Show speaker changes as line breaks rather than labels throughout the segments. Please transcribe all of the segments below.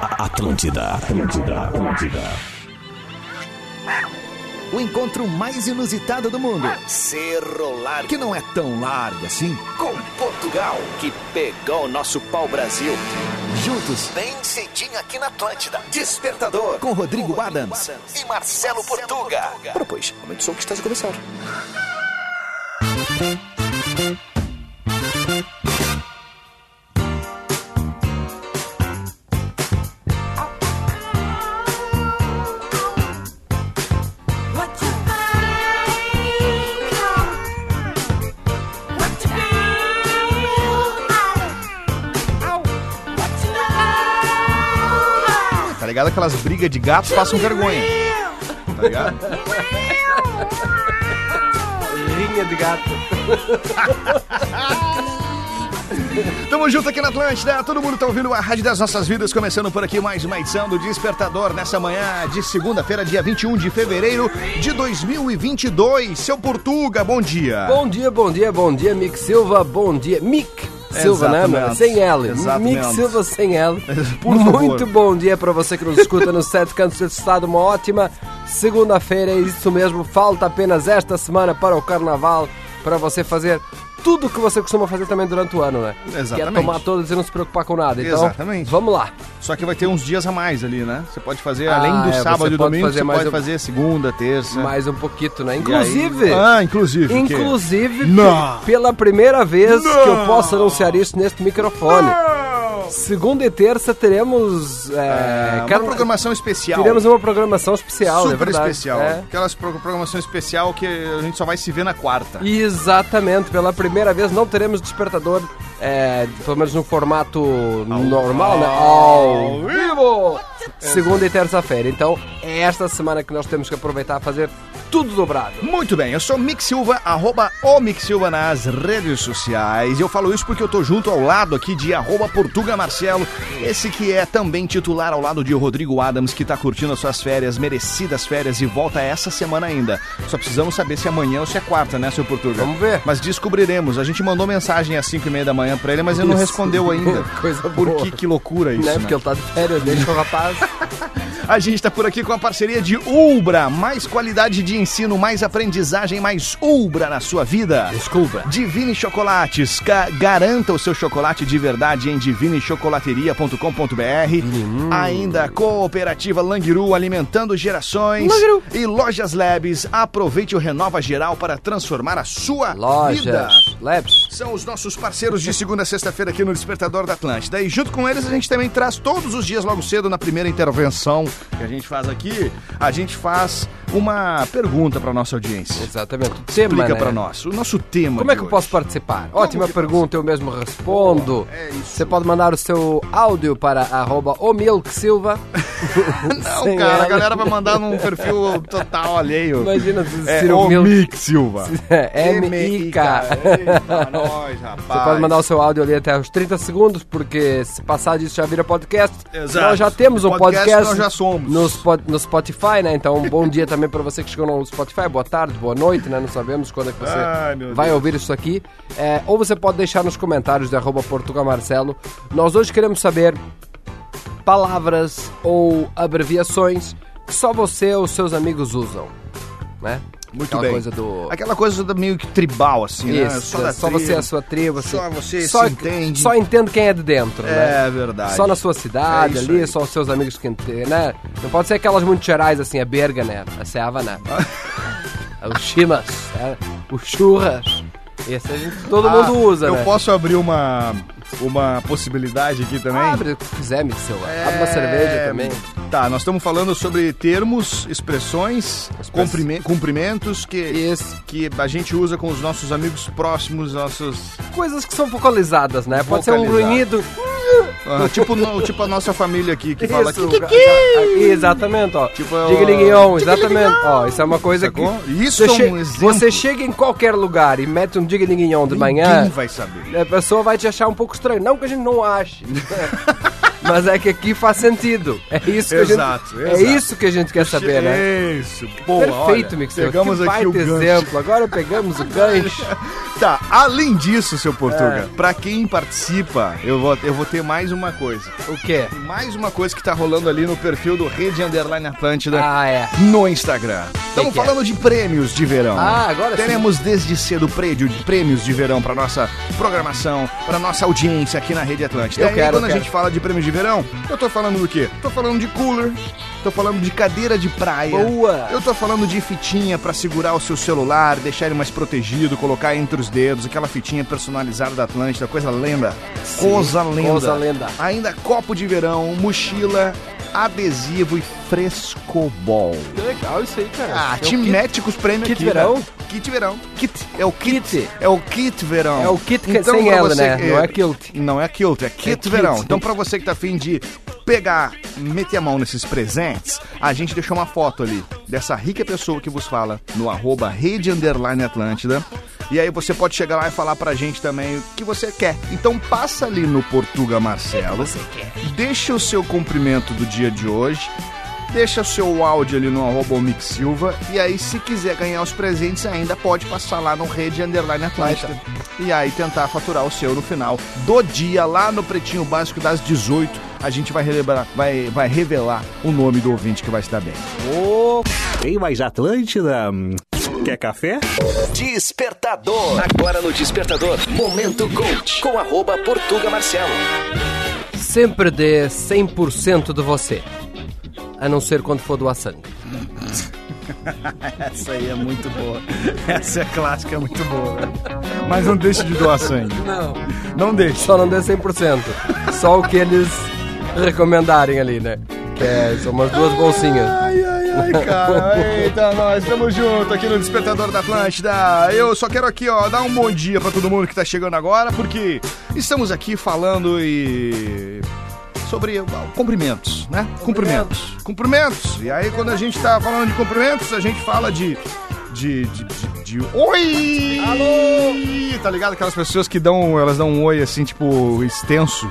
Atlântida, Atlântida, Atlântida.
O encontro mais inusitado do mundo. Cerro Largo. Que não é tão largo assim.
Com Portugal, que pegou o nosso pau-brasil.
Juntos,
Bem cedinho aqui na Atlântida. Despertador.
com Rodrigo Adams.
E Marcelo Portuga. Ora, pois, aumenta o som que está a começar.
What you think of? What you feel about? What you know
Tá ligado? Aquelas brigas de gatos passam vergonha. Tá ligado?
Rinha de gato.
Tamo junto aqui na Atlântida. Todo mundo tá ouvindo a Rádio das Nossas Vidas. Começando por aqui mais uma edição do Despertador nessa manhã de segunda-feira, dia 21 de fevereiro de 2022. Seu Portuga, bom dia.
Bom dia, bom dia, bom dia, Mick Silva, bom dia, Mick Silva, né, mano?
Exatamente.
Sem L,
Exatamente.
Mick Silva sem L.
Por favor.
Muito bom dia pra você que nos escuta nos sete cantos do estado, uma ótima segunda-feira, é isso mesmo, falta apenas esta semana para o carnaval, pra você fazer tudo o que você costuma fazer também durante o ano, né? Que é
Exatamente.
tomar todas e não se preocupar com nada, então
Exatamente.
vamos lá.
Só que vai ter uns dias a mais ali, né? Você pode fazer,
Ah,
além do
é,
sábado
você
e
pode
domingo,
fazer
você
mais
pode
um-
fazer segunda, terça.
Mais um pouquinho, né?
É. E aí-
Inclusive...
Ah, inclusive. o quê?
Inclusive,
Não.
pe- pela primeira vez que eu posso anunciar isso neste microfone. Segunda e terça teremos.
É,
É,
uma
carna-
programação especial.
Teremos uma programação especial, é
Super
verdade.
especial.
É.
Aquelas pro- programação especial que a gente só vai se ver na quarta.
Exatamente, pela primeira vez não teremos despertador, é, pelo menos no formato normal, né? Ao vivo! Segunda e terça-feira. Então, é esta semana que nós temos que aproveitar a fazer tudo dobrado.
Muito bem, eu sou Mick Silva, arroba o Mick Silva nas redes sociais. E eu falo isso porque eu tô junto ao lado aqui de arroba Portuga Marcelo, esse que é também titular ao lado de Rodrigo Adams, que tá curtindo as suas férias, merecidas férias, e volta essa semana ainda. Só precisamos saber se é amanhã ou se é quarta, né, seu Portuga?
Vamos ver.
Mas descobriremos. A gente mandou mensagem às 5 e meia da manhã pra ele, mas ele não
Isso.
respondeu ainda.
Coisa
Por
boa.
que, que loucura isso,
né?
né?
Porque ele tá de férias, deixa o rapaz.
A gente está por aqui com a parceria de Ubra. Mais qualidade de ensino, mais aprendizagem, mais Ubra na sua vida.
Desculpa.
Divine Chocolates. Ca- garanta o seu chocolate de verdade em divinichocolateria.com.br. Ainda Cooperativa Langiru alimentando gerações.
Langiru.
E Lojas Labs. Aproveite o Renova Geral para transformar a sua vida.
Lojas, labs.
São os nossos parceiros de segunda a sexta-feira aqui no Despertador da Atlântida. E junto com eles a gente também traz todos os dias logo cedo na primeira intervenção que a gente faz aqui, a gente faz uma pergunta para nossa audiência.
Exatamente. O tema,
Explica
né?
para nós o nosso tema.
Como é
de
que eu
hoje.
posso participar? Ótima
que
pergunta, eu mesmo respondo.
Boa, é isso.
Você pode mandar o seu áudio para arroba omilksilva.
Não,
Sem
cara,
ela.
a galera vai mandar num perfil total alheio.
Imagina se
é,
ser
o
humilde.
Mick Silva.
M-I-K.
Eita, nós, rapaz.
Você pode mandar o seu áudio ali até os 30 segundos, porque se passar disso já vira podcast.
Exato.
Nós já temos um
Podcast
podcast.
nós já somos.
No, Spo- no Spotify, né? Então, um bom dia também para você que chegou no Spotify. Boa tarde, boa noite, né? Não sabemos quando é que você
Ai, meu
vai
Deus.
ouvir isso aqui. É, ou você pode deixar nos comentários de arroba Portugal Marcelo. Nós hoje queremos saber palavras ou abreviações que só você ou seus amigos usam, né?
Muito
Aquela
bem.
coisa do...
Aquela coisa do meio que tribal, assim, né?
Isso, só,
da
você e
tribo.
a sua tribo. assim.
Só você
só,
se entende.
Só entende quem é de dentro, né?
É verdade.
Só na sua cidade
É isso
ali,
aí.
só os seus amigos que entendem, né? Não pode ser aquelas muito gerais assim, a berga, né? A ceva, né? É o chimas, né? o churras. Esse a gente, todo
Ah,
mundo usa,
eu
né?
posso abrir uma, uma possibilidade aqui também? É,
Abre o que Ah, quiser, Mixel. Abre uma cerveja também.
Tá, nós estamos falando sobre termos, expressões, comprime- cumprimentos que,
Isso.
que a gente usa com os nossos amigos próximos, nossos.
Coisas que são vocalizadas, né? Pode ser um
Vocalizado.
grunhido.
Ah, tipo, no- tipo a nossa família aqui que fala
Isso,
que.
ca- Exatamente, ó.
Tipo, é o-
Digliguinhão, exatamente. Ó, isso é uma coisa
Sacou?
que.
Isso
você
é um
che-
exemplo.
Você chega em qualquer lugar e mete um digliguinhão de
Ninguém
manhã,
vai saber.
a pessoa vai te achar um pouco estranho. Não que a gente não ache. Mas é que aqui faz sentido. É isso
Exato,
que a gente,
exato.
É isso que a gente quer saber, né?
Isso, boa,
Perfeito,
olha,
Mixel.
Pegamos
que
aqui
baita
o gancho.
exemplo. Agora pegamos o gancho.
Tá, além disso, seu
É.
Portuga, pra quem participa, eu vou, eu vou ter mais uma coisa.
O quê?
Mais uma coisa que tá rolando ali no perfil do Rede Underline Atlântida.
Ah, é.
no Instagram. Estamos
que é?
falando de prêmios de verão.
Ah, agora sim.
Teremos desde cedo prédio de prêmios de verão para nossa programação, para nossa audiência aqui na Rede Atlântica.
Eu
E aí,
quero,
quando a
eu quero.
gente fala de prêmios de verão, eu tô falando do quê? Tô falando de cooler, tô falando de cadeira de praia.
Boa.
Eu tô falando de fitinha para segurar o seu celular, deixar ele mais protegido, colocar entre os dedos, aquela fitinha personalizada da Atlântida, coisa lenda. coisa lenda.
coisa lenda.
Ainda copo de verão, mochila, adesivo e frescobol.
Que legal isso aí, cara.
Ah,
É o
te
kit-
mete com os prêmios
kit
aqui.
verão?
né? Kit verão. Kit. É o kit.
Kit.
É o kit verão.
É o kit que-
Então,
sem
pra
ela,
você-
né? Não é kilt.
Não é kilt, é kit
kit.
verão. Então, pra você que tá afim de pegar, meter a mão nesses presentes, a gente deixou uma foto ali dessa rica pessoa que vos fala no arroba rede underline Atlântida. E aí você pode chegar lá e falar pra gente também o que você quer. Então passa ali no Portuga Marcelo. Deixa o seu cumprimento do dia de hoje. Deixa o seu áudio ali no arroba o Mix Silva. E aí, se quiser ganhar os presentes, ainda pode passar lá no Rede Underline Atlântica. E aí tentar faturar o seu no final do dia, lá no Pretinho Básico das 18. A gente vai, relembrar, vai, vai revelar o nome do ouvinte que vai estar bem.
Tem mais Atlântida? Hum, Quer café?
Despertador. Agora no Despertador. Momento Coach. Com arroba Portuga Marcelo.
Sempre dê 100% de você. A não ser quando for doar sangue.
Essa aí é muito boa. Essa é clássica, é muito boa. Mas não deixe de doar sangue.
Não.
Não deixe.
Só não dê 100%. Só o que eles recomendarem ali, né? Que é, são umas duas bolsinhas.
Ai, ai, ai, cara. Eita, nós estamos juntos aqui no Despertador da Atlântida. Eu só quero aqui, ó, dar um bom dia pra todo mundo que tá chegando agora, porque estamos aqui falando e. Sobre ó, cumprimentos, né? Cumprimentos. Cumprimentos. E aí, quando a gente tá falando de cumprimentos, a gente fala de. De. de, de, de- Oi! Alô! Tá ligado? Aquelas pessoas que dão. Elas dão um oi assim, tipo, extenso.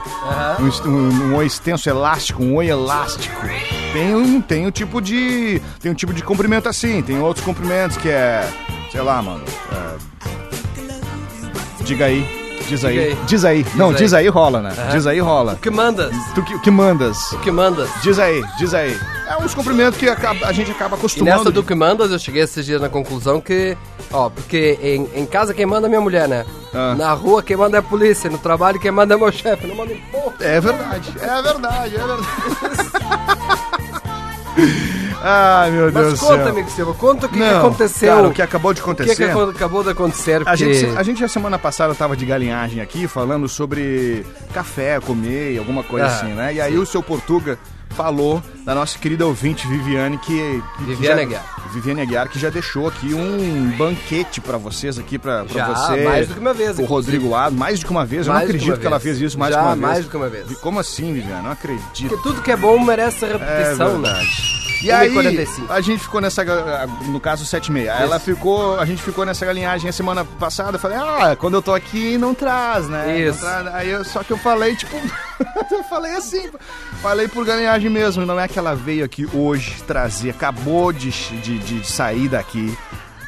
Um, est- um- um oi extenso, elástico, um oi elástico. Tem um, tem um tipo de. Tem um tipo de cumprimento assim, tem outros cumprimentos que é. Sei lá, mano. é, diga aí. Diz aí.
Diga aí.
Diz aí. Não,
aí.
diz aí rola, né? Diz aí rola.
O que mandas?
Tu que, que mandas?
O que mandas?
Diz aí, diz aí. É uns cumprimentos que acaba- a gente acaba
E nessa
acostumando.
do que mandas, eu cheguei esses dias na conclusão que, ó, porque em, em casa quem manda é minha mulher, né?
Ah.
Na rua quem manda é a polícia, no trabalho quem manda é meu chefe, não manda em porra.
É verdade, é verdade, é verdade. Ai, meu Deus
Mas
do céu.
conta, amigo Silva, conta o que, que
Não,
aconteceu.
cara, o que acabou de
O que que
acontecer?
acabou- acabou de acontecer? Porque...
A gente, a gente já semana passada tava de galinhagem aqui, falando sobre café, comer e alguma coisa
Ah,
assim, né? E aí o seu Portuga falou da nossa querida ouvinte Viviane que... que
Viviane
já-
Aguiar.
Viviane Aguiar, que já deixou aqui um banquete pra vocês aqui, pra, pra
Já,
você.
mais do que uma vez,
O
inclusive.
Rodrigo Ado, mais do que uma vez. Eu
Mais
não
do que
acredito
uma
que ela
vez.
fez isso mais
Já,
do que uma vez.
mais do que uma vez.
Vi- Como assim, Viviane? Não acredito.
Porque tudo que é bom merece
É
repetição, né?
E aí,
1h45.
a gente ficou nessa, ga- ah, no caso, 7 e meia. Aí Ela
Isso.
ficou, a gente ficou nessa galinhagem a semana passada. Eu falei, ah, quando eu tô aqui, não traz, né? Não
Isso.
traz. Aí eu, só que eu falei, tipo, eu falei assim, falei por galinhagem mesmo. Não é que ela veio aqui hoje trazer, acabou de, de, de sair daqui.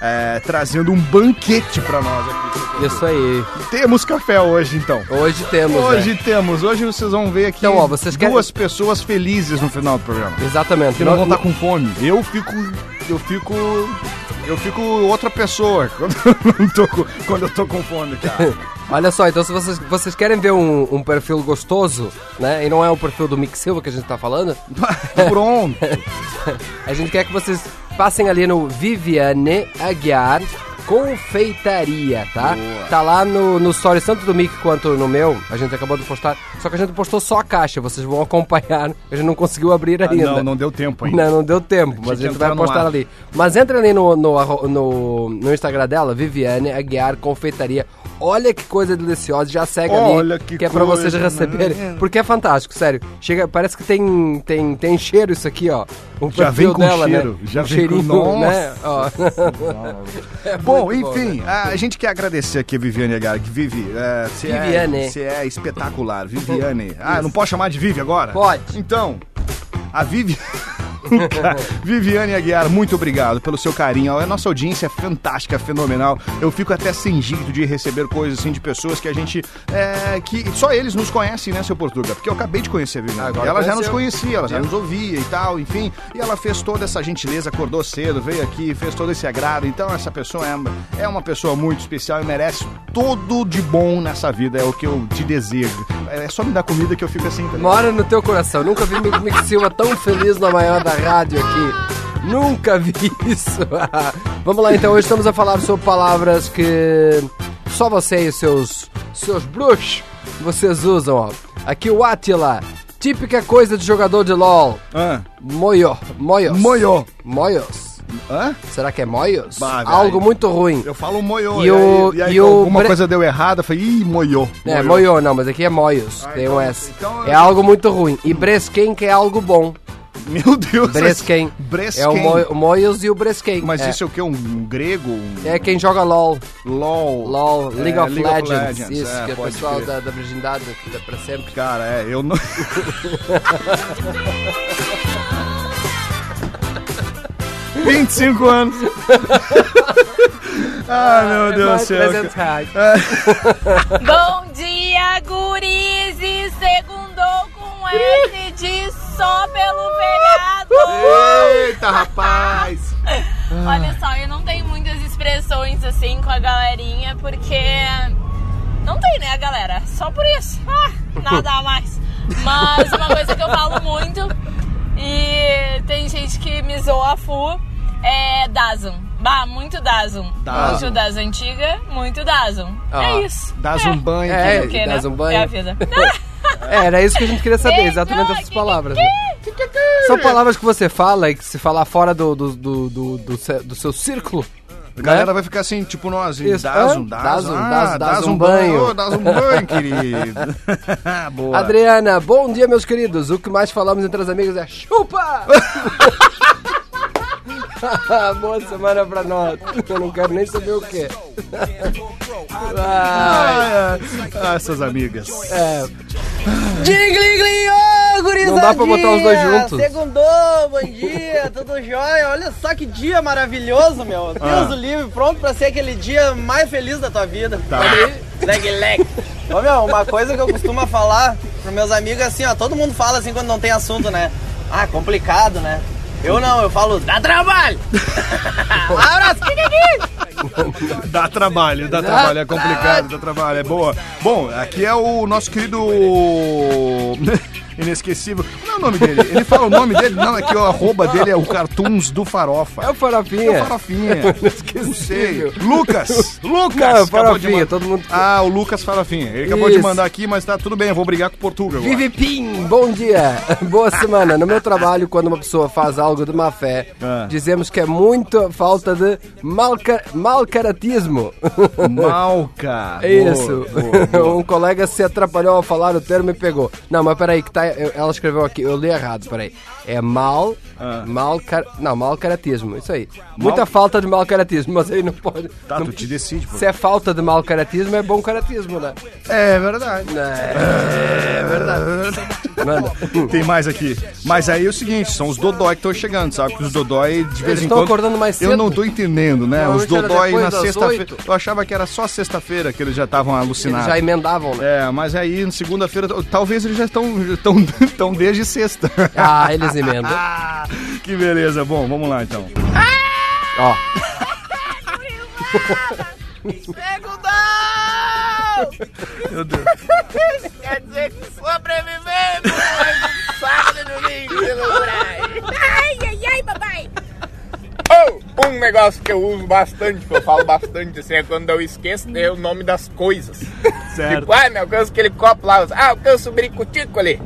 é, trazendo um banquete pra nós aqui.
né? Isso aí.
Temos café hoje, então.
Hoje temos,
Hoje
né?
temos, hoje vocês vão ver aqui
Então, ó, vocês querem-
duas pessoas felizes no final do programa.
Exatamente.
Que não vão estar com fome. Eu fico. Eu fico. Eu fico outra pessoa quando eu, não tô com, quando eu tô com fome, cara.
Olha só, então se vocês, vocês querem ver um, um perfil gostoso, né? E não é o perfil do Mick Silva que a gente tá falando,
Pronto.
a gente quer que vocês passem ali no Viviane Aguiar Confeitaria, tá? Tá lá no, no stories, tanto do Mick quanto no meu, a gente acabou de postar, só que a gente postou só a caixa, vocês vão acompanhar, a gente não conseguiu abrir
Ah,
ainda.
não, não deu tempo ainda.
Não, não deu tempo,
Tinha
mas a
que
gente vai
entrar no
postar
ar.
ali. Mas entra ali no, no, arro- no, no Instagram dela, Viviane Aguiar Confeitaria. Olha que coisa deliciosa, já segue
Olha
ali,
que
é pra vocês
coisa,
receberem,
né?
porque é fantástico, sério. Chega, parece que tem tem tem cheiro isso aqui, ó. O
Já
perfil
vem com cheiro, já
um
vem com-
cheirinho, né? Ó. É
Bom,
muito
enfim,
né?
a gente quer agradecer aqui a Viviane Agar, que Vivi, é, você, É,
Viviane.
você é espetacular, Viviane. Ah, não posso chamar de Vivi agora?
Pode.
Então, a Vivi... Cara, Viviane Aguiar, muito obrigado pelo seu carinho. A nossa audiência é fantástica, fenomenal. Eu fico até sem jeito de receber coisas assim de pessoas que a gente. é, que só eles nos conhecem, né, seu Portuga? Porque eu acabei de conhecer a Viviane.
Agora
ela já nos
conheceu.
conhecia, ela já nos ouvia e tal, enfim. E ela fez toda essa gentileza, acordou cedo, veio aqui, fez todo esse agrado. Então, essa pessoa é, é uma pessoa muito especial e merece tudo de bom nessa vida. É o que eu te desejo. É só me dar comida que eu fico assim. tá ligado?
Mora no teu coração. Nunca vi Mick Mick Silva tão feliz na manhã da rádio aqui. Nunca vi isso. Vamos lá então, hoje estamos a falar sobre palavras que só você e seus seus bruxos vocês usam, ó. Aqui o Atila, típica coisa de jogador de LOL.
Hã?
Moio, moios.
Moio.
Moios.
Hã?
Será que é moios?
Bah, velho.
Algo muito ruim.
Eu falo moiô.
E o-
aí, e aí,
e o
alguma
Bre-
coisa deu errada, eu falei, ih, moiô.
É, moio não, mas aqui é moios.
Ah,
Tem
então-
um S.
então-
É algo muito ruim. E Bresquen que é algo bom.
Meu Deus.
Bresken.
Bresken.
É o, Mo o Moyos e o Bresken.
Mas
é.
isso é o quê? Um, um grego? Um...
é quem joga LOL.
LOL.
LOL, League,
É,
of, Legends. Isso,
é,
que é o
pode
pessoal
crer.
da, da virgindade que dá pra sempre.
Cara, é, eu não... ...25 anos. Ai,
É
meu Deus do céu. cara.
Bom dia, gurizes! Segundou com S de só pelo feriado!
Eita, rapaz.
Olha só, eu não tenho muitas expressões assim com a galerinha, porque não tem, né, galera? Só por isso. Ah, nada mais. Mas uma coisa que eu falo muito, e tem gente que me zoa a fu, é Dazum. Bah, muito Dazum.
Dazum.
Muito das antigas, muito Dazum.
Ah,
é isso.
Dá
É.
um banho.
É,
Fazer o quê, né?
Dazum banho.
É a vida.
É, era isso que a gente queria saber,
Beijo,
exatamente essas
que-
palavras. né? São palavras que você fala e que se falar fora do, do, do, do, do ce- do seu círculo. né?
A galera vai ficar assim, tipo nós,
Isso.
dá
Hã?
um, dá
Dás
um,
um,
ah,
dás- dás
dás
um
um banho,
banho.
Ô, dás um banho, querido. Boa.
Adriana, bom dia, meus queridos. O que mais falamos entre as amigas é chupa! Boa semana pra nós. Eu não quero nem saber o que.
Ah, ah, essas amigas.
É,
Dinglingling, ô, gurizadinha!
Não dá pra botar os dois juntos.
Segundou, bom dia, tudo jóia. Olha só que dia maravilhoso, meu.
Ah.
Deus do livre, pronto pra ser aquele dia mais feliz da tua vida.
Tá.
Leg, leg. Ô, meu, uma coisa que eu costumo falar pros meus amigos assim, ó. Todo mundo fala assim quando não tem assunto, né? Ah, complicado, né? Eu não, eu falo, dá trabalho! Abraço!
Dá trabalho, dá trabalho, é complicado, dá trabalho, é boa. Bom, aqui é o nosso querido. Inesquecível. Não é o nome dele. Ele fala o nome dele, não, é que o arroba dele é o Cartoons do Farofa.
é o farofinha.
É o Farofinha. Não sei. Lucas! Lucas!
Não,
acabou de
Farofinha,
mandar-
todo mundo-
Ah, o Lucas Farofinha. Ele acabou de
Isso.
mandar aqui, mas tá tudo bem, eu vou brigar com o Portugal. agora.
Vivi Pim, bom dia, boa semana. No meu trabalho, quando uma pessoa faz algo de má fé,
Ah.
dizemos que é muito falta de malca, malcaratismo.
Malca!
É isso.
Boa, boa, boa.
um colega se atrapalhou ao falar o termo e pegou. Não, mas peraí, que tá. eu- ela escreveu aqui, eu li errado, peraí. É mal.
Ah.
mal car, não, mal caratismo, isso aí. Muita falta de mal caratismo, mas aí não pode.
Tá,
não-
tu te decide, pô.
se é falta de mal caratismo, é bom caratismo, né?
É verdade.
É verdade. Manda.
Tem mais aqui. Mas aí é o seguinte, são os dodói que estão chegando, sabe? Que os dodói de vez em
estão
quando...
acordando mais
Eu
cedo.
não tô entendendo, né? os
Normalmente era
dodói
depois
na
das
sexta-feira...
oito.
Eu achava que era só sexta-feira que eles já estavam
Eles
alucinados.
já emendavam, né?
É, mas aí na segunda-feira... Talvez eles já estão já estão- estão desde sexta.
Ah, eles emendam.
Ah, que beleza. Bom, vamos lá então.
Ó.
Meu Deus.
Quer dizer que sobrevivemos sábado e domingo,
Ai, ai, ai, papai!
Um
Oh, negócio que eu uso bastante, que eu falo bastante, assim, é quando eu esqueço de o nome das coisas.
Certo.
Tipo, ah, me alcança aquele copo lá. eu- Ah, alcança o brinco-tico ali.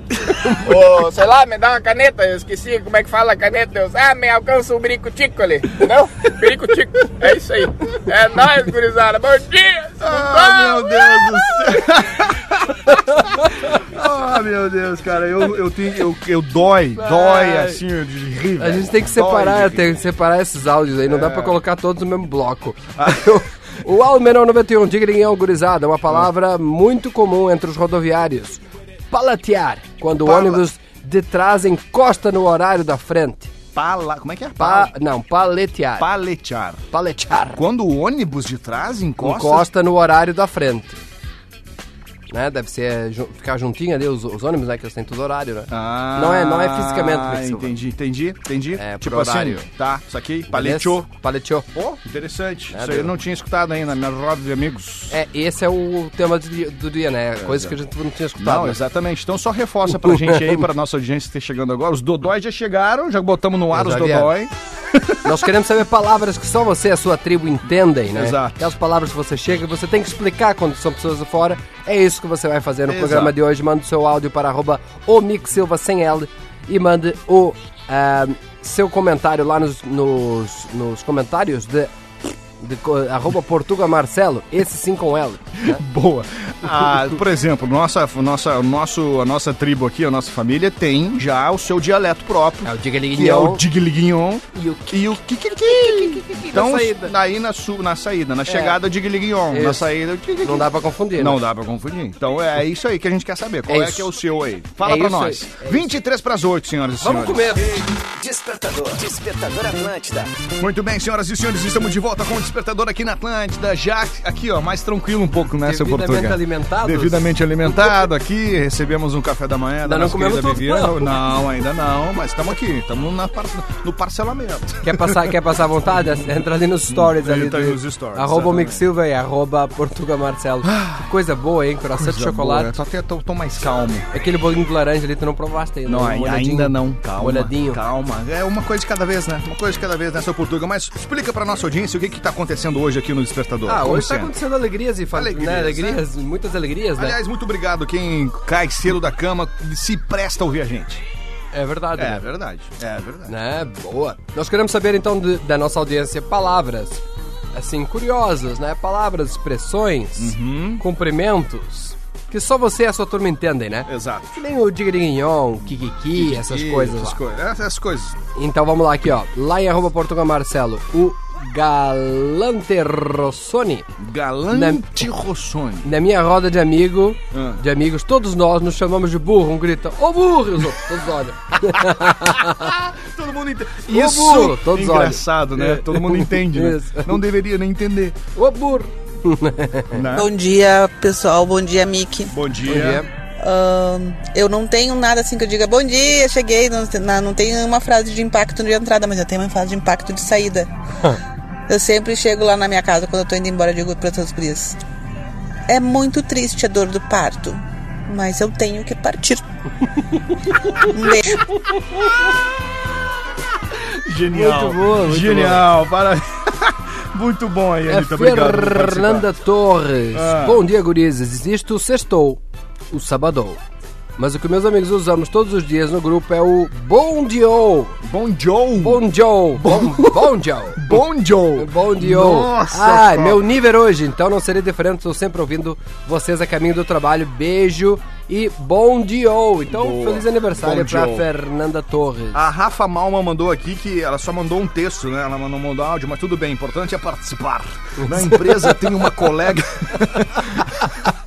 Ou, sei lá, me dá uma caneta. Eu esqueci como é que fala a caneta. Eu, ah, me alcança o brinco-tico ali. Não? Brinco-tico. É isso aí. É nóis, gurizada. Bom dia.
Ah, meu Deus do céu! Ah, meu Deus, cara, eu, eu tenho. Eu, eu dói, dói
Ai.
assim de rir.
A
velho.
gente tem que
Dói
separar,
de rir.
tem que separar esses áudios aí, não dá pra
É.
colocar todos no mesmo bloco.
Ah.
o áudio menor 91, Digring é gurizada, é uma palavra muito comum entre os rodoviários. Palatear, quando
Pala-
o ônibus de trás encosta no horário da frente.
Pala, como é que é?
Pa-
Pala-
não, paletear.
Paletear.
paletear.
Quando o ônibus de trás encosta.
Encosta no horário da frente. Né? Deve ser ju- ficar juntinho ali os, os ônibus, né? Que eles têm tudo horário, né?
Ah,
não é, não é fisicamente,
Ah,
Silva.
entendi, entendi, entendi.
É,
tipo
pro
assim,
horário.
tá, isso aqui,
Beleza?
paleteou.
Paleteou.
Pô, interessante. isso aí
deu.
eu não tinha escutado ainda, minha roda de amigos.
É, esse é o tema do dia, do dia, né? Coisa que a gente não tinha escutado.
É, Não,
né?
exatamente. Então só reforça pra gente aí, pra nossa audiência que tá chegando agora. Os Dodói já chegaram, já botamos no ar
Já
os
vieram.
Dodói.
Nós queremos saber palavras que só você e a sua tribo entendem, né?
Exato.
Aquelas palavras que você chega e você tem que explicar quando são pessoas de fora. É isso que você vai fazer no
Exato.
programa de hoje. Manda o seu áudio para arroba omixsilva sem L e mande o ah, seu comentário lá nos, nos, nos comentários de, de co- arroba Portuga Marcelo, esse sim com L.
Boa. Ah, por exemplo, nossa, nossa, o nosso, a nossa tribo aqui, a nossa família, tem já o seu dialeto próprio.
É o Diga
Que é o Digliguinhon
E o
e o Kikiki. Então,
saída. É.
daí na, su, na saída, na chegada, Digliguinhon. Na
Isso.
saída, Digliguinhon.
Não dá pra confundir,
Não
né?
dá pra confundir. Então é isso aí que a gente quer saber. Qual
É
é,
isso.
que é o seu aí? Fala
É
pra
isso
nós.
aí,
23 pras 8, senhoras e senhores.
Vamos comer.
Despertador. Despertador Atlântida.
Muito bem, senhoras e senhores, estamos de volta com o Despertador aqui na Atlântida. Já aqui, ó, mais tranquilo um pouco, né, seu
Devidamente
Portugal?
alimentados?
Devidamente alimentado aqui. Recebemos um café da manhã da
Ainda não
nossa querida
comemos
Viviane.
todos,
Não, ainda não, mas estamos aqui. Estamos na par- no parcelamento.
Quer passar, quer passar vontade? Entra ali nos stories ali.
Entra
do-
nos stories,
Arroba o
exatamente. Ah!
Mick Silva e arroba Portuga Marcelo. Que coisa boa, hein? Coração de chocolate.
Tô até tô, tô mais calmo.
Aquele bolinho de laranja ali, tu não provaste ainda.
Não,
né?
ai-
Molhadinho. Um
ainda não. Calma.
Molhadinho.
Calma. É uma coisa de cada vez, né? Uma coisa de cada vez, né, seu Portuga? Mas explica pra nossa audiência o que que tá acontecendo hoje aqui no Despertador.
Ah,
Como é?
hoje tá
sempre.
acontecendo alegrias e fa-
Alegrias,
né? alegrias muitas alegrias, né?
Aliás, muito obrigado quem cai cedo da cama se presta a ouvir a gente.
é verdade, né?
verdade. É verdade.
Né? Boa. Nós queremos saber então de- da nossa audiência palavras assim curiosas, né? Palavras, expressões,
Uhum.
cumprimentos que só você e a sua turma entendem, né?
Exato.
Que nem o Digrignon, Kikiki, essas
E
coisas.
Essas
lá.
coisas. Essas coisas.
Então vamos lá aqui, ó. Lá em arroba Portugal Marcelo, o Galante Rossoni.
Galante Rossoni.
Na minha roda de amigo,
Ah.
de amigos, todos nós nos chamamos de burro. Um grita, ô burro! E os outros, todos olham.
Todo mundo entende.
Ô,
Isso
burro, todos olham.
engraçado, né?
É.
Todo mundo entende, né?
Isso.
Não deveria nem entender.
Ô burro!
né?
Bom dia, pessoal. Bom dia, Mick.
Bom
Bom
dia.
dia.
Ahn, eu não tenho nada assim que eu diga bom dia, cheguei. Não, te- na- não tenho uma frase de impacto de entrada, mas eu tenho uma frase de impacto de saída. eu sempre chego lá na minha casa quando eu tô indo embora eu digo para todos os guris. É muito triste a dor do parto, mas eu tenho que partir. um beijo.
Genial.
Muito boa, muito
Genial. Para... muito bom aí,
É
Anitta. Obrigado. por
Fernanda Torres.
Ah.
Bom dia, gurizes. Existe o sextou, o sabadou. Mas o que meus amigos usamos todos os dias no grupo é o Bom Dio.
participar. Bom Joe.
Bom Joe. Bom, bom Joe.
Bom Joe.
Bom dia!
Nossa.
Ah,
cara.
meu nível hoje, então não seria diferente, estou sempre ouvindo vocês a caminho do trabalho. Beijo e bom dia! Então,
Boa.
feliz aniversário
Bom
pra
dia. Ah.
Fernanda Torres.
A Rafa Malma mandou aqui que ela só mandou um texto, né? Ela não mandou áudio, mas tudo bem, o importante é participar. Na empresa tem uma colega.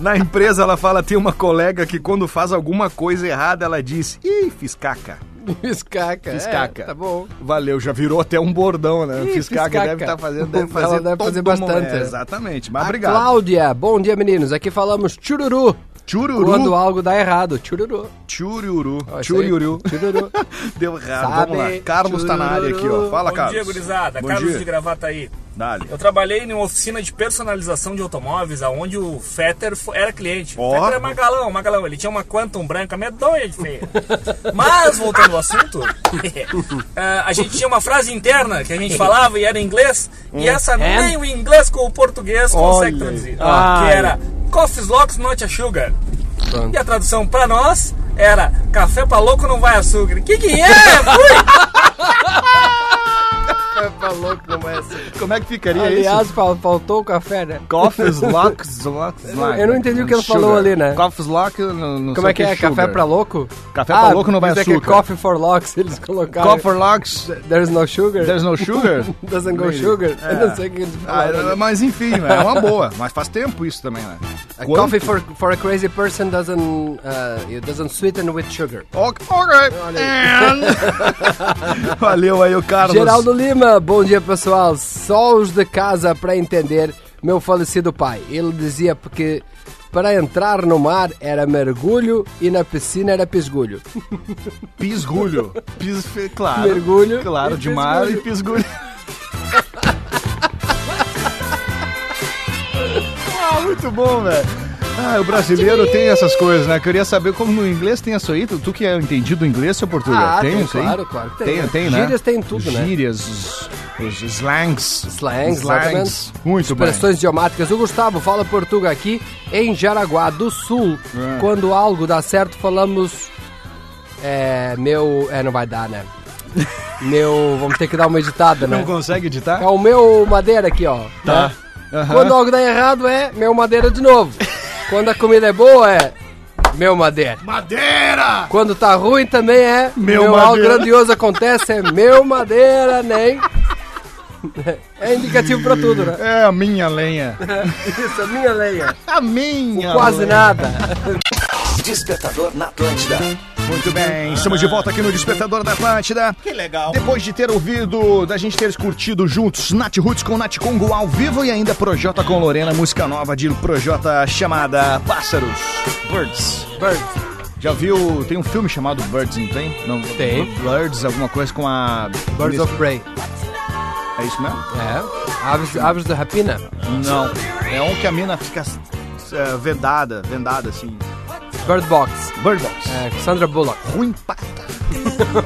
Na empresa ela fala: tem uma colega que quando faz alguma coisa errada, ela diz: ih, fiz caca.
Fiz caca.
Fiz
é,
caca.
tá bom.
Valeu, já virou até um bordão, né?
Ih,
fiz
fiz
caca,
caca.
deve estar fazendo. Deve
Ela
fazer,
deve fazer
todo mundo.
bastante,
É,
né?
exatamente, mas
A
obrigado.
Cláudia, bom dia meninos. Aqui falamos chururu
Chururu.
Quando algo dá errado, tchururu.
Chururu.
Ó, isso aí.
Chururu.
Tchururu.
Deu errado.
Sabe?
Vamos lá. Carlos tá na área aqui, ó. Fala,
Bom
Carlos.
dia, gurizada.
Bom
Carlos
dia.
de gravata aí.
Dali.
Eu trabalhei em uma oficina de personalização de automóveis, aonde o Fetter fo- era cliente.
Ó.
O Fetter era magalão, magalão. Ele tinha uma Quantum branca medonha de feia. Mas, voltando ao assunto, eh, a gente tinha uma frase interna que a gente falava e era em inglês, e essa nem o inglês com o português consegue traduzir.
Ai.
Que era Coffee's Locks Not a Sugar.
Pronto.
E a tradução pra nós era Café pra louco não vai açúcar. Que que é? Fui!
Como é que ficaria
Aliás, fal- faltou o café, né?
Coffees, locks, locks, locks.
eu não entendi o que ele falou ali, né?
Coffees, locks, não, não
Como
sei
é que é?
sugar.
Café pra louco?
Café pra louco não vai
isso É que é
açúcar.
coffee for locks, eles colocaram.
Coffee, locks,
There's no sugar?
there's no sugar?
Doesn't go
Maybe.
sugar?
É.
Eu não sei o que eles
Ah,
falaram.
é- mas enfim, né, é uma boa. Mas faz tempo isso também, né? Quanto-
Coffee for, for a crazy person doesn't, uh, it doesn't sweeten with sugar.
Ok, ok. And- Valeu aí o Carlos.
Geraldo Lima, bom dia pessoal. Só os de casa para entender meu falecido pai. Ele dizia que para entrar no mar era mergulho e na piscina era pisgulho.
Pisgulho. Pis, fe- claro.
Mergulho
Claro,
e
de mar e pisgulho.
pisgulho.
ah, muito bom, velho. Ah, o brasileiro tem essas coisas, né? Queria saber como no inglês tem isso aí. Tu tu que é entendido do inglês, seu português?
Ah, tem,
isso aí?
claro, claro que tem,
Tem,
né?
tem, né?
Gírias tem tudo, né?
Gírias, os, os slangs.
Slangs, exatamente.
Muito bem.
Expressões idiomáticas. O Gustavo fala português aqui em Jaraguá do Sul.
É.
Quando algo dá certo, falamos. É, meu. É, não vai dar, né? meu. Vamos ter que dar uma editada, né?
Não consegue editar?
É o meu madeira aqui, ó.
Tá.
né?
Aham.
Quando algo dá errado, é meu madeira de novo. Quando a comida é boa, é meu madeira.
Madeira!
Quando tá ruim também é
Meu
algo
madeira.
grandioso acontece, é meu madeira, nem. É indicativo pra tudo, né?
É a minha lenha.
Isso, a minha lenha.
A minha
Quase
lenha.
nada.
Despertador na Atlântida.
Muito bem, estamos de volta aqui no Despertador da Atlântida. Que legal. Depois de ter ouvido, da gente ter curtido juntos Nat Roots com Nat Congo ao vivo e ainda Projota com Lorena, música nova de Projota chamada Pássaros. Birds.
Bird.
Já viu? Tem um filme chamado Birds, não tem? Não,
Tem.
Birds, alguma coisa com a.
Birds of Prey.
É isso mesmo?
É. Aves, aves da rapina.
Não. É um que a mina fica eh, vendada, vendada assim.
Bird Box.
Bird Box.
É, com Sandra Bullock.
ruim pra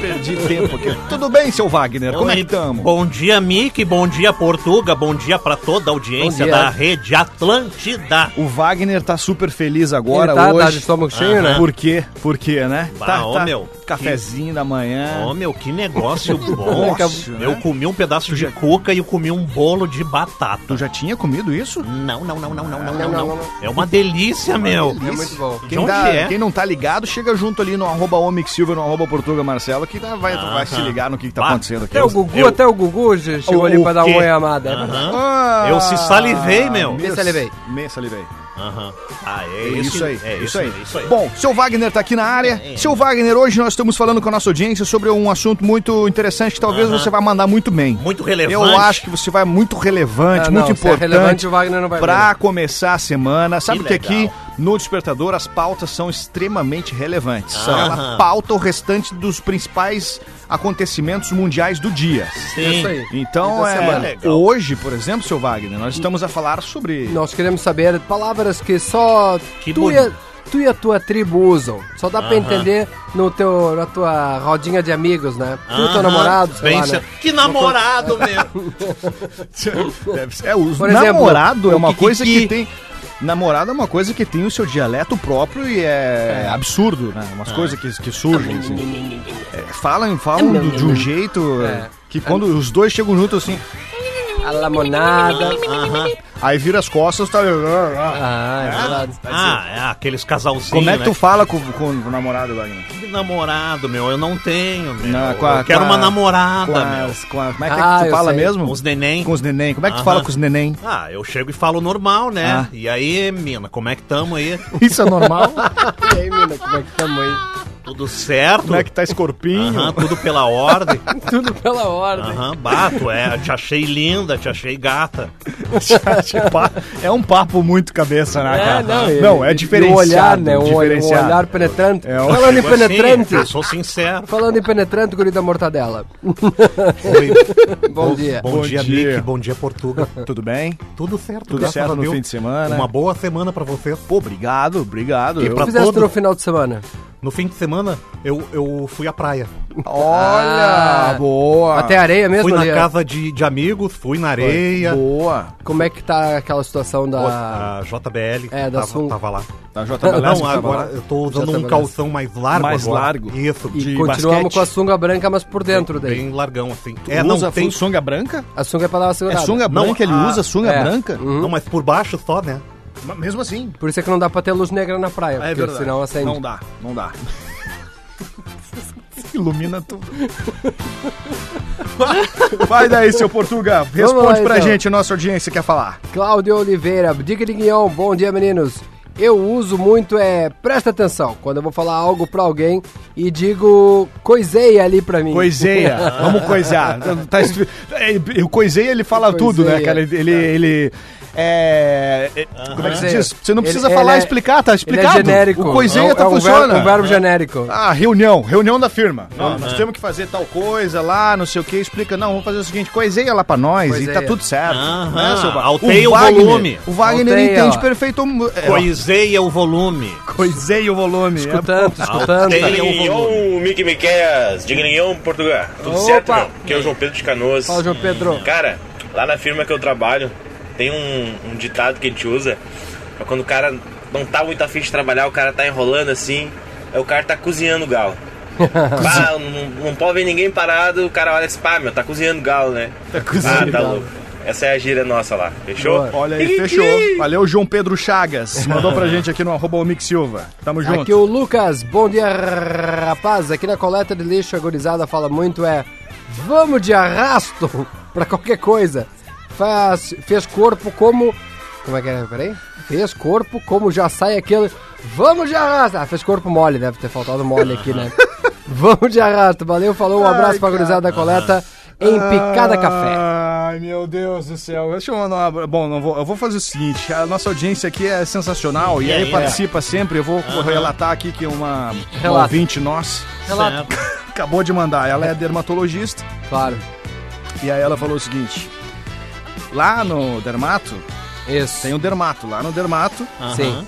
Perdi tempo aqui. Tudo bem, seu Wagner? Como é que tamo?
Bom dia, Mick. Bom dia, Portuga. Bom dia pra toda a audiência
Bom dia.
da Rede Atlântida.
O Wagner tá super feliz agora
Ele tá,
hoje.
tá de estômago cheio, né?
Por quê? Por quê, né?
Bah,
tá,
ô,
tá
meu,
Cafezinho da manhã.
Ô, meu, que negócio bom.
Nossa,
eu
né?
comi um pedaço de cuca e eu comi um bolo de batata.
Tu já tinha comido isso?
Não, não, não, não, não, não,
não,
não,
não,
não. É uma delícia, meu.
É muito bom.
De
Quem,
onde
dá-
é?
quem não tá ligado, chega junto ali no arroba Omic Silva, no arroba Portuga Marcelo, que tá- vai, vai se ligar no que, que tá
Ah, Bah, é
acontecendo aqui.
Até o Gugu,
Eu-
até o Gugu hoje chegou
O-
ali
o
pra dar
quê?
um oi amada.
Aham.
Ah,
Eu se salivei, meu.
Me
Me salivei.
Me salivei.
Aham. Ah, é,
É isso aí,
É isso aí. É isso aí. É,
Bom, seu Wagner tá aqui na área. Seu Wagner, hoje nós estamos falando com a nossa audiência sobre um assunto muito interessante que talvez você vai mandar muito bem.
Muito relevante.
Eu acho que você vai muito relevante,
Ah,
muito
não, se é
importante.
relevante, o Wagner não vai
Pra começar a semana. Sabe que,
Que
aqui
legal.
no Despertador as pautas são extremamente relevantes. Ela
Aham.
pauta o restante dos principais acontecimentos mundiais do dia.
Sim.
É Isso aí.
Então,
Muita semana.
é,
Legal.
hoje, por exemplo, seu Wagner, nós estamos a falar sobre.
Nós queremos saber palavras que só
Que
tu,
boni-
e a, tu e a tua tribo usam. Só dá pra
Aham.
entender no teu, na tua rodinha de amigos, né? Tu e teu
Aham.
namorado, sei
Bem
lá,
cer-
né?
Que namorado, meu.
Deve ser- É, o
Por exemplo,
namorado é
o
uma
Kikiki.
coisa que tem. Namorado é uma coisa que tem o seu dialeto próprio e é, absurdo, né? Umas coisas que, que surgem, assim. É, falam falam do- de um jeito
É.
que quando os dois chegam juntos, assim,
A lamonada.
Aham.
aí vira as costas tá.
Ah, é verdade.
Ah, é aqueles casalzinhos.
Como é que
né?
tu fala com, com o namorado, Wagner?
Que namorado, meu? Eu não tenho, meu.
Não, com a-
eu quero
com a-
uma
Com,
namorada, meu.
as, com a- como é que, é
Ah,
que tu
eu
fala
sei.
mesmo?
Com os neném.
Com os neném. Como é que tu
Aham.
fala com os neném?
Ah, eu chego e falo normal, né?
Ah.
E aí, mina, como é que tamo aí?
Isso é normal?
E aí, mina, como é que tamo aí?
Tudo certo.
Como é que tá esse corpinho?
Aham, tudo pela ordem.
tudo pela ordem.
Aham, bato, é. Te achei linda, te achei gata.
Tipo, é um papo muito cabeça, né,
É,
cara?
não, e-
é
e-
diferenciado.
o olhar, né? Um olhar- um
diferenciado.
olhar penetrante.
É, um-
Falando em
Tipo assim,
penetrante.
eu sou sincero.
Falando em penetrante, guri da mortadela. Bom dia.
Bom, dia,
dia.
Nick. Bom dia, Portuga.
Tudo bem?
Tudo certo,
Tudo
graças
certo
a
no
Deus.
fim de semana?
Uma boa semana pra você.
Pô, obrigado, obrigado.
E
Eu-
pra
fizeste
todos.
no final de semana?
No fim de semana, eu, eu fui à praia.
Olha,
Ah,
boa.
Até areia mesmo
fui na
ali? é?
casa de, de amigos, fui na areia.
Boa.
Como é que tá aquela situação da...
A JBL
É, da
tava,
Sun. É,
tava lá.
Tá,
Não,
JBL, você tava
agora
lá?
eu tô usando um
JBL.
calção mais largo
Mais
agora.
largo?
Isso,
E
de
continuamos
basquete.
com a sunga branca, mas por dentro daí.
bem largão assim.
Tu
é,
usa
não
tem...
tem...
sunga branca?
A sunga é pra dar uma
É
segurada.
sunga
Não,
branca? Ele
a-
usa sunga
é.
branca?
Não, mas por baixo só, né?
Mas Mesmo assim.
Por isso é que não dá pra ter luz negra na praia, porque Ah, é senão acende.
Ah, é Não dá, não dá. Ilumina tudo. Vai daí, seu Portuga.
lá,
Responde pra
então.
gente, nossa audiência quer falar.
Cláudio Oliveira, dica de guião, bom dia meninos. Eu uso muito é, presta atenção, quando eu vou falar algo pra alguém e digo coisei ali pra mim.
Coiseia, vamos coisear. Tá escri- É, O coiseia, ele fala
Coiseia.
tudo, né, cara? Ele. ele, ele- é, é- Como é que se diz? Você não precisa
Ele-
falar,
ele é-
explicar, tá
Ele é
explicado.
genérico.
O coiseia
é, um-
tá
é um
funcionando.
Verbo, né? um verbo genérico.
Ah, reunião, reunião da firma. Ó, nós temos que fazer tal coisa lá, não sei o que, explica. Não, vamos fazer o seguinte, coiseia lá pra nós e tá
Coiseia.
tudo certo.
Aham,
Né, seu Ba-
alteia o
Wagner-
volume.
O Wagner
Alteia,
entende
ó.
perfeito. é, ó,
Coiseia o volume.
Coiseia o volume.
Escutando, escutando.
Alteia o
um
volume.
Ô, Mickey Miqueias, digninhão Portugal. Tudo
Opa!
certo, meu? Aqui é o João Pedro de Canoas.
Fala, João Pedro.
Cara, lá na firma que eu trabalho, tem um, um ditado que a gente usa. É quando o cara não tá muito afim de trabalhar, o cara tá enrolando assim, aí o cara tá cozinhando galo. Bah, não, não pode ver ninguém parado, o cara olha assim, pá, meu, tá cozinhando galo, né? Tá
cozinhando
Ah, tá
galo.
louco. Essa é a gíria nossa lá, fechou?
É. Olha aí, fechou. Valeu, João Pedro Chagas. Mandou pra gente aqui no arroba Omix Silva. Tamo junto.
Aqui o Lucas, bom dia rapaz. Aqui na coleta de lixo a gurizada fala muito é vamos de arrasto pra qualquer coisa. Faz, fez corpo como. Como é que é? Peraí. Fez corpo como já sai aquele. Vamos de arrasto! Ah, fez corpo mole, deve ter faltado mole aqui, né? vamos de arrasto, valeu, falou, um abraço pra gurizada da coleta em Picada Café.
Ai, meu Deus do céu. Deixa eu mandar um abra- Bom, não vou, eu vou fazer o seguinte: a nossa audiência aqui é sensacional e aí
aí,
é.
participa sempre. Eu vou relatar aqui que uma, uma
Relata.
ouvinte nossa
Relato.
acabou de mandar. Ela é dermatologista
Claro.
e aí ela falou o seguinte: lá no dermato,
Isso.
tem o dermato. Lá no dermato
Sim.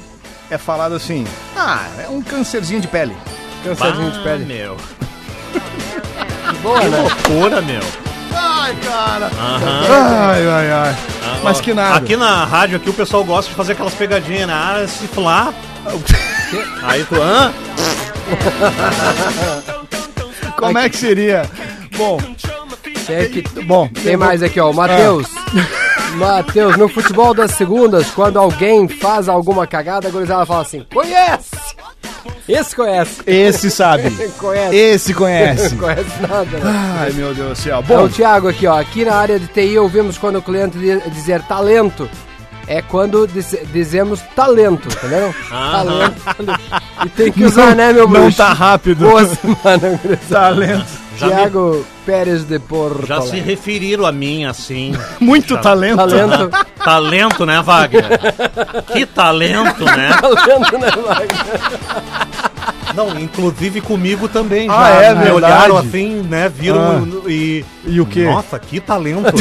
é falado assim: ah, é um câncerzinho de pele.
Cansadinho de
Ah,
pele.
meu. Que
Boa, né?
loucura, meu.
Ai, cara. Ai, ai, ai.
Ah,
Mas que nada.
Aqui na rádio aqui o pessoal gosta de fazer aquelas pegadinhas, né? Ah, se flá. Aí tu, hã?
Como é que seria? Bom,
Tem aqui-
bom.
Tem
eu vou-
mais aqui, ó. O Matheus. Matheus, no futebol das segundas, quando alguém faz alguma cagada, a gurizada fala assim: conhece! Esse conhece.
Esse sabe.
Conhece.
Esse conhece.
Não conhece nada. Né?
Ai, meu Deus do céu.
É
Bom,
o Thiago aqui, ó. Aqui na área de TI ouvimos quando o cliente di- dizer talento. É quando diz- dizemos talento, tá vendo?
Ah,
Talento, talento. E tem que usar, né, meu
não
bruxo?
tá rápido.
Boa semana, gurizada.
Talento.
Já, me-
Thiago Pérez de Porto.
já se
é?
Alegre.
referiram a mim assim.
Muito talento.
Tá Talento.
Talento, né, Wagner? Que talento, né?
talento, né, Wagner?
Não, inclusive comigo também já.
Ah, é
me
verdade.
olharam assim, né? Viram
Ah.
e.
E o quê?
Nossa, que talento!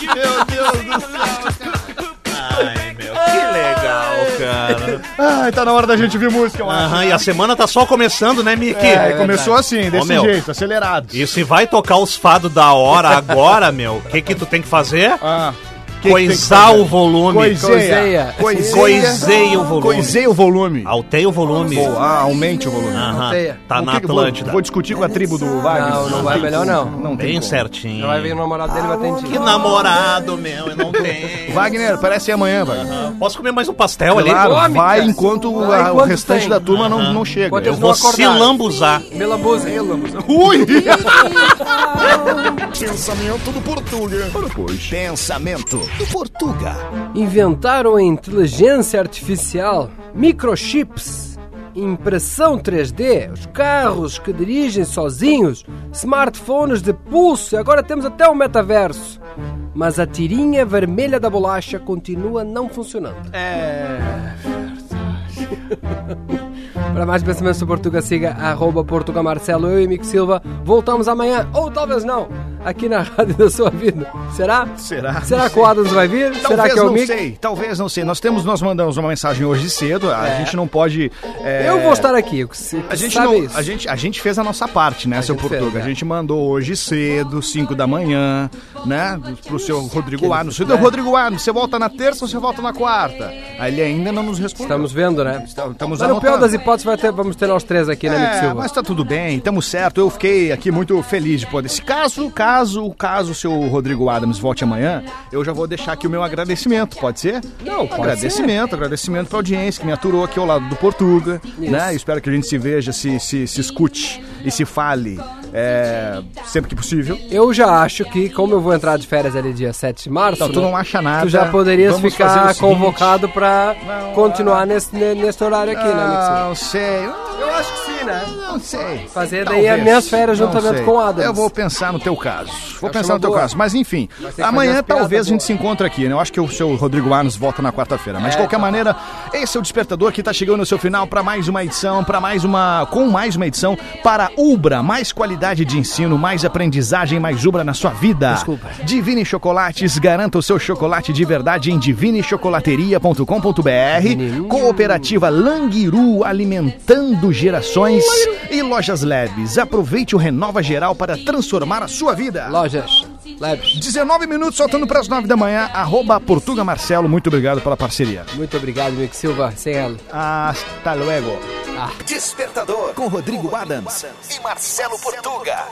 Meu Deus do céu.
Ai, meu, que legal, cara.
Ai, tá na hora da gente ouvir música, eu acho.
Aham, e a semana tá só começando, né, Miki?
É, começou assim,
Ó,
desse
meu.
jeito, acelerado.
E se vai tocar os fados da hora agora, meu, o que que tu tem que fazer?
Ah, que que tem que
Coisar
fazer?
o volume.
Coiseia.
Coiseia.
Coisei o volume.
Coisei o volume.
Altei o volume.
Boa, ah, aumente o volume.
Aham,
Alteia.
Tá
O
na
que que eu vou-
Atlântida.
Vou, discutir com a tribo do Wagner.
Não, não vai,
tem
melhor
como.
não.
Não tem
Bem
como.
certinho.
Já vai vir o namorado dele bater em ti.
Que namorado, meu, eu não tenho.
Wagner, parece amanhã, Wagner.
Ah, Posso comer mais um pastel ali?
Claro,
come,
vai
cara.
enquanto
Vai
a- o
enquanto
restante
tem.
da turma não, não chega.
Enquanto
Eu vou se
acordar.
lambuzar.
Melabusa.
Ui!
Pensamento do Portuga. Pensamento do Portuga.
Inventaram a inteligência artificial, microchips, impressão 3D, os carros que dirigem sozinhos, smartphones de pulso e agora temos até o metaverso. Mas a tirinha vermelha da bolacha continua não funcionando. É. Para mais pensamentos sobre Portuga, siga arroba Portuga Marcelo, eu e Mico Silva. Voltamos amanhã, ou talvez não, aqui na Rádio da Sua Vida. Será?
Será?
Será que o Adams vai vir?
Talvez
Será que é o
não
Mico?
sei, talvez não sei. Nós temos, nós mandamos uma mensagem hoje cedo. A
É.
gente não pode. é,
Eu vou estar aqui, se,
A gente,
sabe é
não,
isso.
a, gente, a gente fez a nossa parte, né, seu Portuga?
é.
a gente mandou hoje cedo, 5 da manhã, né? Pro seu Rodrigo Arno. Seu
né?
Rodrigo Arno, você volta na terça ou você volta na quarta? Aí ele ainda não nos respondeu. Então,
Estamos vendo, né?
Estamos
Mas no pior
anotando.
das hipóteses vai ter, vamos ter nós três aqui, né, Mico
É,
Silva?
mas tá tudo bem, estamos certo. Eu fiquei aqui muito feliz de poder. Se caso, caso, caso o seu Rodrigo Adams volte amanhã, eu já vou deixar aqui o meu agradecimento, pode ser?
Não, pode
Agradecimento, agradecimento pra audiência que me aturou aqui ao lado do Portuga,
Isso.
né? Eu Espero que a gente se veja, se, se, se escute e se fale é, sempre que possível.
Eu já acho que, como eu vou entrar de férias ali dia 7 de março,
Então, tu
né,
não acha nada.
tu já poderias
Vamos fazer o
ficar
seguinte.
convocado pra continuar nesse, ne- nesse horário aqui, né, Mico Silva?
Não sei.
Eu acho que sim, né?
Não sei.
Fazer daí as minhas férias
Não
juntamente
sei.
com o Adams.
Eu vou pensar no teu caso. Vou
Acho
pensar
uma
no teu
boa.
caso. Mas enfim,
Mas tem que fazer
amanhã
as piadas
talvez a gente se encontre aqui, né? Eu acho que o seu Rodrigo Arnos volta na quarta-feira. Mas de qualquer maneira, esse é o Despertador que tá chegando no seu final para mais uma edição, para mais uma. com mais uma edição para Ubra. Mais qualidade de ensino, mais aprendizagem, mais Ubra na sua vida.
Desculpa.
Divine Chocolates, garanta o seu chocolate de verdade em divinechocolateria.com.br. Cooperativa Languiru, alimentando gerações. E Lojas Labs, aproveite o Renova Geral para transformar a sua vida.
Lojas Labs.
19 minutos, soltando para as 9 da manhã, arroba Portuga Marcelo, muito obrigado pela parceria.
Muito obrigado, Mico Silva. Sem ela.
Hasta luego.
Despertador com Rodrigo Adams e Marcelo Portuga.